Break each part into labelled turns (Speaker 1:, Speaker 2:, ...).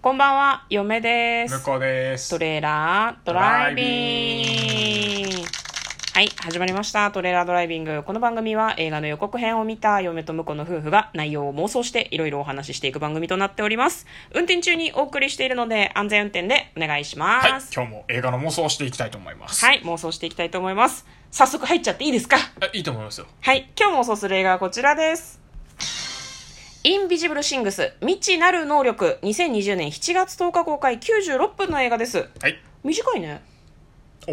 Speaker 1: こんばんは、嫁です。
Speaker 2: 向こうです。
Speaker 1: トレーラードライビング。はい、始まりました。トレーラードライビング。この番組は映画の予告編を見た嫁と婿の夫婦が内容を妄想していろいろお話ししていく番組となっております。運転中にお送りしているので安全運転でお願いしま
Speaker 2: はい、
Speaker 1: す。
Speaker 2: 今日も映画の妄想をしていきたいと思います。
Speaker 1: はい、妄想していきたいと思います。早速入っちゃっていいですか
Speaker 2: あいいと思いますよ。
Speaker 1: はい、今日妄想する映画はこちらです。インビジブルシングス未知なる能力2020年7月10日公開96分の映画です。
Speaker 2: はい。
Speaker 1: 短いね。
Speaker 2: お、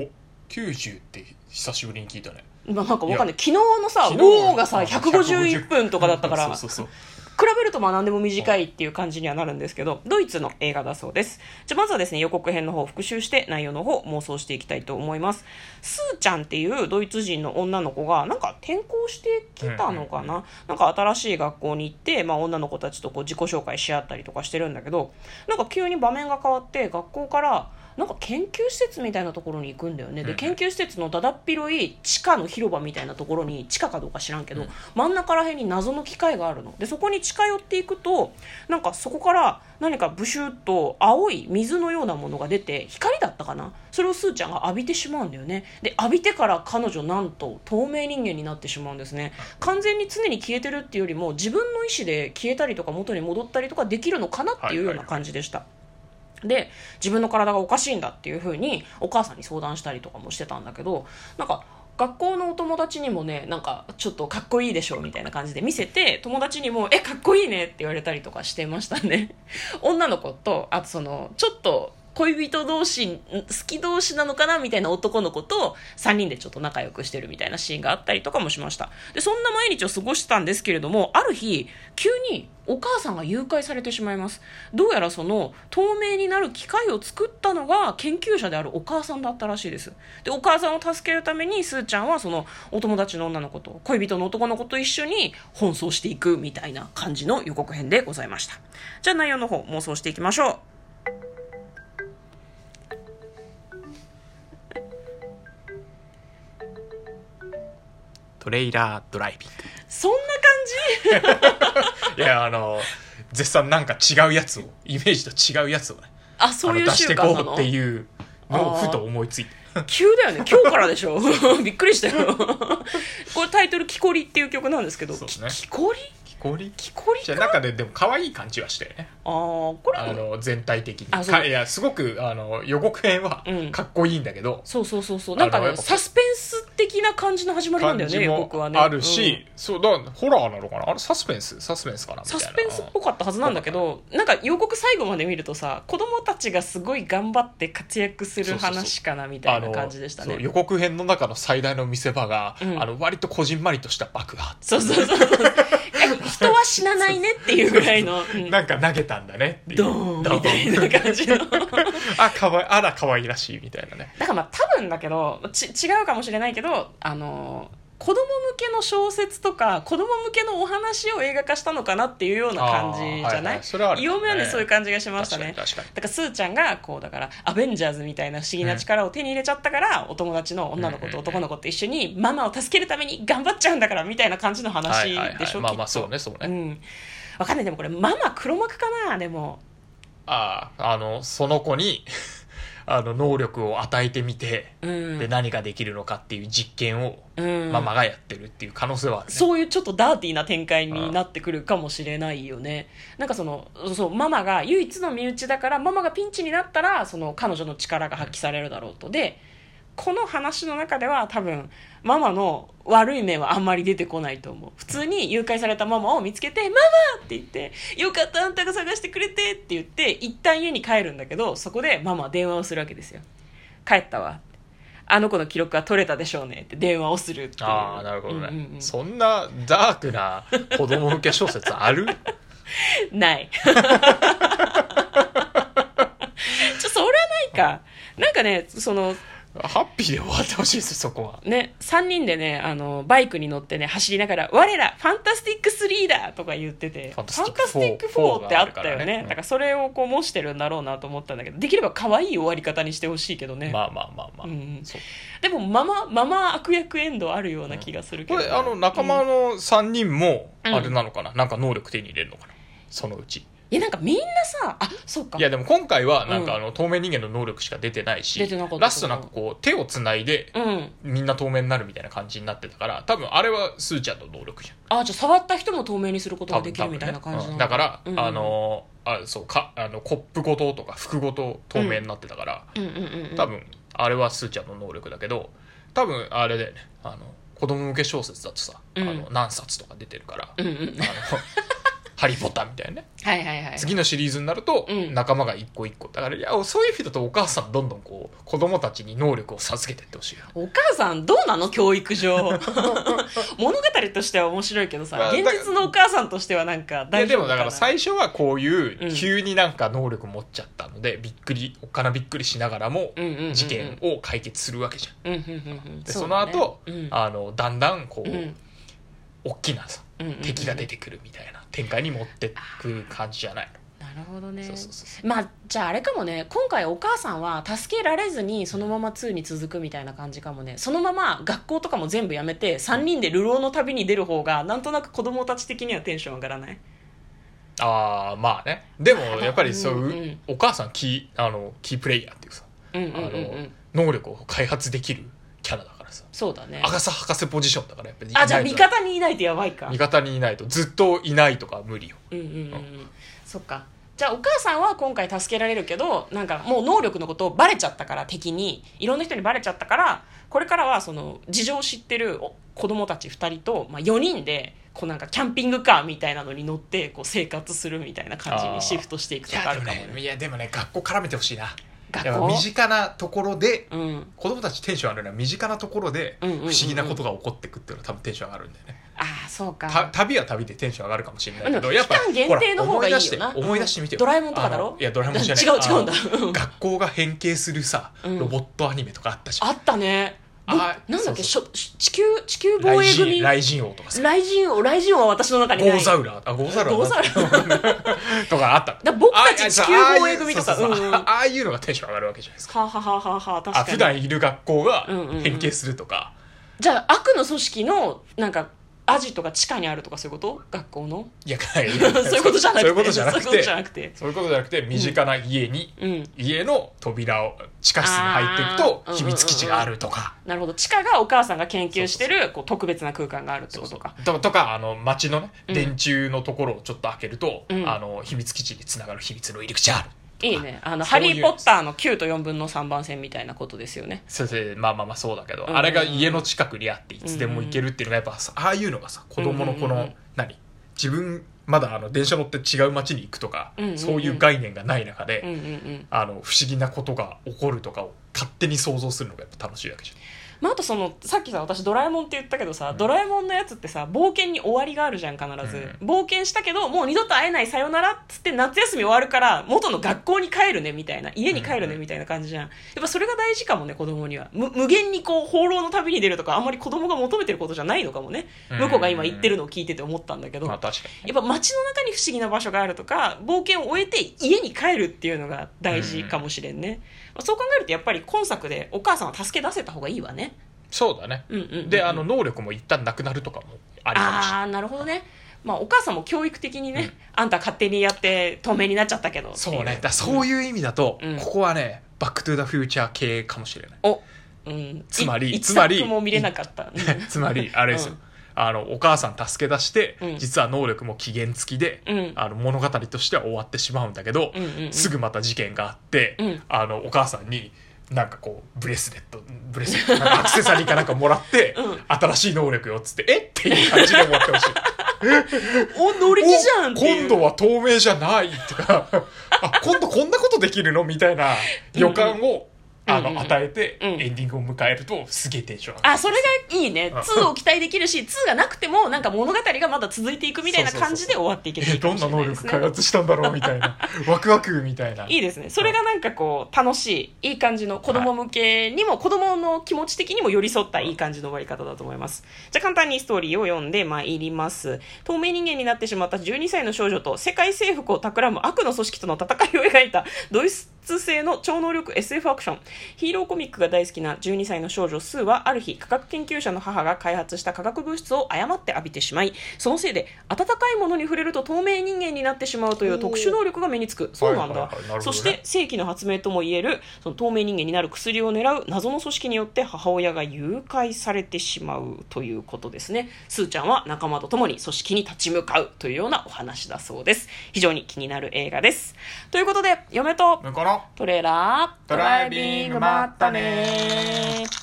Speaker 2: 90って久しぶりに聞いたね。
Speaker 1: まあ、なんかわかんない
Speaker 2: いや
Speaker 1: 昨日のさ「ウ
Speaker 2: 昨日
Speaker 1: ォー」がさ
Speaker 2: あ
Speaker 1: 151分とかだったから
Speaker 2: そうそうそ
Speaker 1: 比べるとまあ何でも短いっていう感じにはなるんですけどドイツの映画だそうですじゃあまずはですね予告編の方を復習して内容の方を妄想していきたいと思いますスーちゃんっていうドイツ人の女の子がなんか転校してきたのかな、なんか新しい学校に行って、まあ、女の子たちとこう自己紹介し合ったりとかしてるんだけどなんか急に場面が変わって学校からなんか研究施設みたいなところに行くんだよね、
Speaker 2: う
Speaker 1: で
Speaker 2: ん
Speaker 1: 研究施設のだだっ広い地下の広場みたいなところに地下かどうか知らんけど、
Speaker 2: うん
Speaker 1: 真ん中ら辺に謎の機械があるのでそこに近寄っていくとなんかそこから何かブシュッと青い水のようなものが出て光だったかなそれをスーちゃんが浴びてしまうんだよねで浴びてから彼女なんと透明人間になってしまうんですね完全に常に消えてるっていうよりも自分の意思で消えたりとか元に戻ったりとかできるのかなっていうような感じでした、で自分の体がおかしいんだっていうふうにお母さんに相談したりとかもしてたんだけどなんか学校のお友達にもねなんかちょっとかっこいいでしょみたいな感じで見せて友達にも「えかっこいいね」って言われたりとかしてましたね女の子とあとそのちょっと恋人同士ん好き同士なのかなみたいな男の子と3人でちょっと仲良くしてるみたいなシーンがあったりとかもしましたでそんな毎日を過ごしてたんですけれどもある日急にお母さんが誘拐されてしまいますどうやらその透明になる機械を作ったのが研究者であるお母さんだったらしいですでお母さんを助けるためにすーちゃんはそのお友達の女の子と恋人の男の子と一緒に奔走していくみたいな感じの予告編でございましたじゃあ内容の方妄想していきましょう
Speaker 2: トレイラードライ ビン
Speaker 1: そんな感じ
Speaker 2: グ。いや、あの、絶賛なんか違うやつを、イメージと違うやつをね、
Speaker 1: あそうい
Speaker 2: あ
Speaker 1: う
Speaker 2: の出し
Speaker 1: 習
Speaker 2: て
Speaker 1: 慣な
Speaker 2: こう
Speaker 1: の
Speaker 2: っていうのを
Speaker 1: あー
Speaker 2: ふと思いついて。
Speaker 1: 急だよね今日からでし ょびっくりしたよこれタイトル「木こり」っていう曲なんですけど、
Speaker 2: そう
Speaker 1: き
Speaker 2: ね
Speaker 1: 木こり
Speaker 2: 木こり
Speaker 1: 木こり
Speaker 2: じゃ
Speaker 1: か
Speaker 2: あ
Speaker 1: あ
Speaker 2: 中ででも可愛い感じはしてね。
Speaker 1: あーこれ
Speaker 2: あの、全体的に。
Speaker 1: あそう
Speaker 2: かいや、すごく、あの、予告編は
Speaker 1: うん
Speaker 2: かっこいいんだけど、
Speaker 1: そうそうそうそうなんか
Speaker 2: あの
Speaker 1: ね
Speaker 2: やっぱ
Speaker 1: サスペンス的な感じの始まりなん
Speaker 2: 感
Speaker 1: だよ
Speaker 2: じ
Speaker 1: ね予
Speaker 2: も
Speaker 1: 告はね
Speaker 2: あるし、そうだからホラーなのかなあれサスペンスサスペンスかなみたい
Speaker 1: サ
Speaker 2: な
Speaker 1: スペンスっぽかったはずなんだけどなんか予告最後まで見るとさ子供たちがすごい頑張って活躍する話かなみたいな感じでした
Speaker 2: あのそう
Speaker 1: ね
Speaker 2: 予告編の中の最大の見せ場が、
Speaker 1: うん
Speaker 2: あの割とこじんまりとした爆破
Speaker 1: そうそうそうそう人は死なないねっていうぐらい のうん
Speaker 2: なんか投げたんだねっていう
Speaker 1: ドーンみたい
Speaker 2: ドーン
Speaker 1: な感じのだか
Speaker 2: あかわいあら可愛いらしいみたいなね
Speaker 1: らまあ多分だけどち違うかもしれないけどあの子供向けの小説とか子供向けのお話を映画化したのかなっていうような感じじゃ
Speaker 2: あーは
Speaker 1: ないい
Speaker 2: はいそれはあるね
Speaker 1: 嫁はねそういう感じがしましたね
Speaker 2: 確かに確かに
Speaker 1: だからスーちゃんがこうだからアベンジャーズみたいな不思議な力を手に入れちゃったから、お友達の女の子と男の子と一緒にママを助けるために頑張っちゃうんだからみたいな感じの話
Speaker 2: はいはい
Speaker 1: で
Speaker 2: は
Speaker 1: し
Speaker 2: い
Speaker 1: ょ
Speaker 2: まあまあ
Speaker 1: きっと
Speaker 2: そうねそうね、
Speaker 1: うんわかんないでもこれママ黒幕かなでも
Speaker 2: あああのその子に あの能力を与えてみて、
Speaker 1: うん
Speaker 2: で何ができるのかっていう実験を、
Speaker 1: うん
Speaker 2: ママがやってるっていう可能性はあるね
Speaker 1: そういうちょっとダーティーな展開になってくるかもしれないよね。なんかその、そう、ママが唯一の身内だから、ママがピンチになったら、その彼女の力が発揮されるだろうと。で、この話の中では多分、ママの悪い面はあんまり出てこないと思う。普通に誘拐されたママを見つけて、ママって言って、よかった、あんたが探してくれてって言って、一旦家に帰るんだけど、そこでママは電話をするわけですよ。帰ったわ。あの子の記録は取れたでしょうねって電話をするっていう
Speaker 2: ああなるほどね、
Speaker 1: うんうんうん
Speaker 2: そんなダークな子供向け小説ある
Speaker 1: ない。 ちょ、それはないか。なんかね、その、
Speaker 2: ハッピーで終わってほしいですそこは
Speaker 1: ね、3人でね、あの、バイクに乗ってね、走りながら、我ら、ファンタスティック3だとか言ってて、
Speaker 2: フ
Speaker 1: ファ
Speaker 2: ァン
Speaker 1: ン
Speaker 2: タスティック
Speaker 1: タスティック4ってあったよ
Speaker 2: フォーがあるから
Speaker 1: ね。
Speaker 2: ねうん
Speaker 1: だからそれをこう模してるんだろうなと思ったんだけど、できれば可愛い終わり方にしてほしいけどね。
Speaker 2: まあまあまあま
Speaker 1: う
Speaker 2: あ、
Speaker 1: んうん
Speaker 2: そう
Speaker 1: でも、ママ、ママ悪役エンドあるような気がするけ
Speaker 2: こ
Speaker 1: ど、
Speaker 2: れあの仲間の3人も
Speaker 1: うん
Speaker 2: あれなのかな、なんか能力手に入れるのかなそのうち
Speaker 1: いやなんかみんなさあそうか
Speaker 2: いやでも今回はなんかあの透明人間の能力しか出てないし、
Speaker 1: 出てなかった
Speaker 2: ラストなんかこう手をつないで
Speaker 1: うん
Speaker 2: みんな透明になるみたいな感じになってたから多分あれはスーちゃんの能力じゃん
Speaker 1: あじゃあ触った人も透明にすること
Speaker 2: 多
Speaker 1: が
Speaker 2: 分
Speaker 1: できるみたいな感じ
Speaker 2: 多分ね
Speaker 1: な
Speaker 2: うんんだから、
Speaker 1: うん
Speaker 2: あのあそうかあのコップごととか服ごと透明になってたから、
Speaker 1: うんうんうんうん
Speaker 2: 多分あれはスーちゃんの能力だけど多分あれだよねあの子供向け小説だとさ、
Speaker 1: うん
Speaker 2: あの何冊とか出てるから、
Speaker 1: うんうん
Speaker 2: あの ハリー・ポッターみたいなね
Speaker 1: はいはいはい
Speaker 2: 次のシリーズになると
Speaker 1: うん
Speaker 2: 仲間が一個一個だからいやそういう人だとお母さんどんどんこう子供たちに能力を授けてってほしいよね
Speaker 1: お母さんどうなの教育 上物語としては面白いけど
Speaker 2: ま
Speaker 1: さ
Speaker 2: あ
Speaker 1: 現実のお母さんとしてはなんか
Speaker 2: いや
Speaker 1: 大
Speaker 2: で
Speaker 1: 丈
Speaker 2: も
Speaker 1: 夫か
Speaker 2: だ
Speaker 1: な
Speaker 2: から最初はこう
Speaker 1: う
Speaker 2: い
Speaker 1: ん
Speaker 2: う急になんか能力持っちゃったのでびっくりおっかなびっくりしながらも
Speaker 1: うんうんうんうん
Speaker 2: 事件を解決するわけじゃん
Speaker 1: うんうんうんうん
Speaker 2: で
Speaker 1: う
Speaker 2: その
Speaker 1: だね
Speaker 2: 後
Speaker 1: うん
Speaker 2: あのだんだんこ
Speaker 1: うん
Speaker 2: う大きなさ
Speaker 1: うんうんうん
Speaker 2: 敵が出てくるみたいな展開に持ってく感じじゃない
Speaker 1: なるほどね
Speaker 2: そうそうそうそ
Speaker 1: まあじゃああれかもね今回お母さんは助けられずにそのまま2に続くみたいな感じかもねそのまま学校とかも全部やめて3人で流浪の旅に出る方がなんとなく子供たち的にはテンション上がらない
Speaker 2: ああまあねでもやっぱりそう
Speaker 1: うんう
Speaker 2: いうんお母さんキーあのキープレイヤーっていうさ
Speaker 1: うんうん
Speaker 2: あ
Speaker 1: うん
Speaker 2: の
Speaker 1: うん
Speaker 2: 能力を開発できるキャラだからさ
Speaker 1: そうだね
Speaker 2: アガサ博士ポジションだからやっぱり
Speaker 1: あじゃあ
Speaker 2: いない
Speaker 1: 味
Speaker 2: と
Speaker 1: 方にいないとやばいか
Speaker 2: 味方にいないとずっといないとかは無理よ
Speaker 1: うんうんうんうんそっかじゃあお母さんは今回助けられるけどなんかもう能力のことをバレちゃったから敵にいろんな人にバレちゃったからこれからはその事情を知ってるお子供たち2人と、まあ、4人でこうなんかキャンピングカーみたいなのに乗ってこう生活するみたいな感じにシフトしていく
Speaker 2: い
Speaker 1: とか
Speaker 2: や
Speaker 1: あ
Speaker 2: で
Speaker 1: る
Speaker 2: も
Speaker 1: かもね
Speaker 2: ねいやでもね学校絡めてほしいなやっ
Speaker 1: 学
Speaker 2: ぱ
Speaker 1: 校
Speaker 2: 身近なところで
Speaker 1: うん
Speaker 2: 子供たちテンション上がるのは身近なところで
Speaker 1: う
Speaker 2: 不
Speaker 1: んうんうんうん
Speaker 2: 思議なことが起こってくっていうのは多分テンション上がるんだよね
Speaker 1: ああそう
Speaker 2: た
Speaker 1: か
Speaker 2: 旅は旅でテンション上がるかもしれないけ
Speaker 1: う
Speaker 2: ど
Speaker 1: ん
Speaker 2: やっぱ
Speaker 1: 期間限定の方がいいよな
Speaker 2: ほら思い出して思い出してみてよ
Speaker 1: ドラえもんとかだろ
Speaker 2: あのいやドラえもんじゃない
Speaker 1: 違う違うんだ
Speaker 2: あの学校が変形するさ
Speaker 1: うん
Speaker 2: ロボットアニメとかあったじゃん
Speaker 1: あったねぼ
Speaker 2: あ
Speaker 1: なんだっけ
Speaker 2: そ
Speaker 1: しょし地球地球防衛
Speaker 2: 雷神
Speaker 1: 組
Speaker 2: 雷神王とかさ
Speaker 1: 雷神王雷神王は私の中に
Speaker 2: ゴ
Speaker 1: ない
Speaker 2: ーザウラーあゴーザウラー
Speaker 1: ゴーザウ
Speaker 2: ーとかあった
Speaker 1: だから僕たち地球防衛組とか
Speaker 2: ああいうそうそうそ
Speaker 1: う
Speaker 2: う
Speaker 1: んうん
Speaker 2: ああいうのがテンション上がるわけじゃないですか
Speaker 1: はあはあはあはあはあ確か
Speaker 2: あ
Speaker 1: に
Speaker 2: 普段いる学校が
Speaker 1: うんうんうん
Speaker 2: 変形するとか、
Speaker 1: じゃあ悪の組織のなんかアジトが地下にあるとかそういうこと学校の
Speaker 2: いやいや い
Speaker 1: そう
Speaker 2: や
Speaker 1: いうことじゃなくて
Speaker 2: そういうことじゃなく
Speaker 1: そういうこと
Speaker 2: て
Speaker 1: じゃなくて
Speaker 2: そういうことじゃなくて身近な家に、
Speaker 1: うん
Speaker 2: 家の扉を地下室に入っていく
Speaker 1: あ
Speaker 2: と
Speaker 1: ー
Speaker 2: 秘密基地があるとか、
Speaker 1: なるほど地下がお母さんが研究してるこう特別な空間があるってことか
Speaker 2: ととかあの街のね、
Speaker 1: うん
Speaker 2: 電柱のところをちょっと開けると、
Speaker 1: うん
Speaker 2: あの秘密基地につながる秘密の入り口ある
Speaker 1: いいねあの「
Speaker 2: そ
Speaker 1: ハ
Speaker 2: ういう
Speaker 1: リー・ポッター」の9と4分の3番線みたいなことですよね
Speaker 2: 先生まあまあまあそうだけど、
Speaker 1: うん
Speaker 2: あれが家の近くにあっていつでも行けるっていうのがやっぱさああいうのがさ子供のこの、
Speaker 1: うんうんうん
Speaker 2: 何自分まだあの電車乗って違う街に行くとか、
Speaker 1: うんうんうん
Speaker 2: そういう概念がない中で、
Speaker 1: うんうんうん
Speaker 2: あの不思議なことが起こるとかを勝手に想像するのがやっぱ楽しいわけじ
Speaker 1: まあ、あとそのさっきさ私ドラえもんって言ったけどさ、ドラえもんのやつってさ冒険に終わりがあるじゃん必ず、冒険したけどもう二度と会えないさよならっつって夏休み終わるから元の学校に帰るねみたいな家に帰るねみたいな感じじゃん、やっぱそれが大事かもね子供にはむ無限にこう放浪の旅に出るとかあんまり子供が求めてることじゃないのかもね、
Speaker 2: うん
Speaker 1: 向こうが今言ってるのを聞いてて思ったんだけ
Speaker 2: ゃん、
Speaker 1: ど、
Speaker 2: まあ、確か
Speaker 1: やっぱ街の中に不思議な場所があるとか冒険を終えて家に帰るっていうのが大事かもしれんね、まあそう考えるとやっぱり今作でお母さんは助け出せた方がいいわね
Speaker 2: にそうだね、
Speaker 1: うんうんうんうん
Speaker 2: であの能力も一旦なくなるとかもありかもしれない
Speaker 1: ああーなるほどね、まあ、お母さんも教育的にね、あんた勝手にやって透明になっちゃったけどってい
Speaker 2: そうねだからそういう意味だと、
Speaker 1: うん
Speaker 2: ここはねバック・トゥ・ザ・フューチャー系かもしれない
Speaker 1: お、うん、
Speaker 2: つまり
Speaker 1: い
Speaker 2: つまり
Speaker 1: 一作も見れなかった、
Speaker 2: つまりあれです
Speaker 1: う
Speaker 2: よ、
Speaker 1: ん
Speaker 2: あのお母さん助け出して、
Speaker 1: うん
Speaker 2: 実は能力も期限付きで、
Speaker 1: うん
Speaker 2: あの物語としては終わってしまうんだけど、
Speaker 1: うんうんうん
Speaker 2: すぐまた事件があって、
Speaker 1: うん
Speaker 2: あのお母さんになんかこうブレスレットブレスレットなんかアクセサリーかなんかもらって、
Speaker 1: うん
Speaker 2: 新しい能力よっつってえっていう感じで終わってほしい
Speaker 1: お乗り気じゃんっていう
Speaker 2: 今度は透明じゃないとか あ今度こんなことできるのみたいな予感を、
Speaker 1: う
Speaker 2: あ
Speaker 1: んうん
Speaker 2: の与えて、
Speaker 1: うん
Speaker 2: エンディングを迎えるとすげえテンション上がる
Speaker 1: あそれがいいね
Speaker 2: うん
Speaker 1: 2を期待できるし2がなくてもなんか物語がまだ続いていくみたいな感じで終わっていける
Speaker 2: えどんな能力開発したんだろうみたいな ワクワクみたいない
Speaker 1: いですねそれがなんかこう楽しいいい感じの子供向けにも、子供の気持ち的にも寄り添ったいい感じの終わり方だと思いますじゃあ簡単にストーリーを読んでまいります透明人間になってしまった12歳の少女と世界征服を企む悪の組織との戦いを描いたドイツツ製の超能力 SF アクションヒーローコミックが大好きな12歳の少女スーはある日科学研究者の母が開発した化学物質を誤って浴びてしまいそのせいで温かいものに触れると透明人間になってしまうという特殊能力が身につくそうなんだ、
Speaker 2: はいはいはいなるほどね
Speaker 1: そして世紀の発明ともいえるその透明人間になる薬を狙う謎の組織によって母親が誘拐されてしまうということですねすーちゃんは仲間と共に組織に立ち向かうというようなお話だそうです非常に気になる映画ですということで嫁と
Speaker 2: 向こうの
Speaker 1: トレーラード
Speaker 2: ドライビングまったね
Speaker 1: ー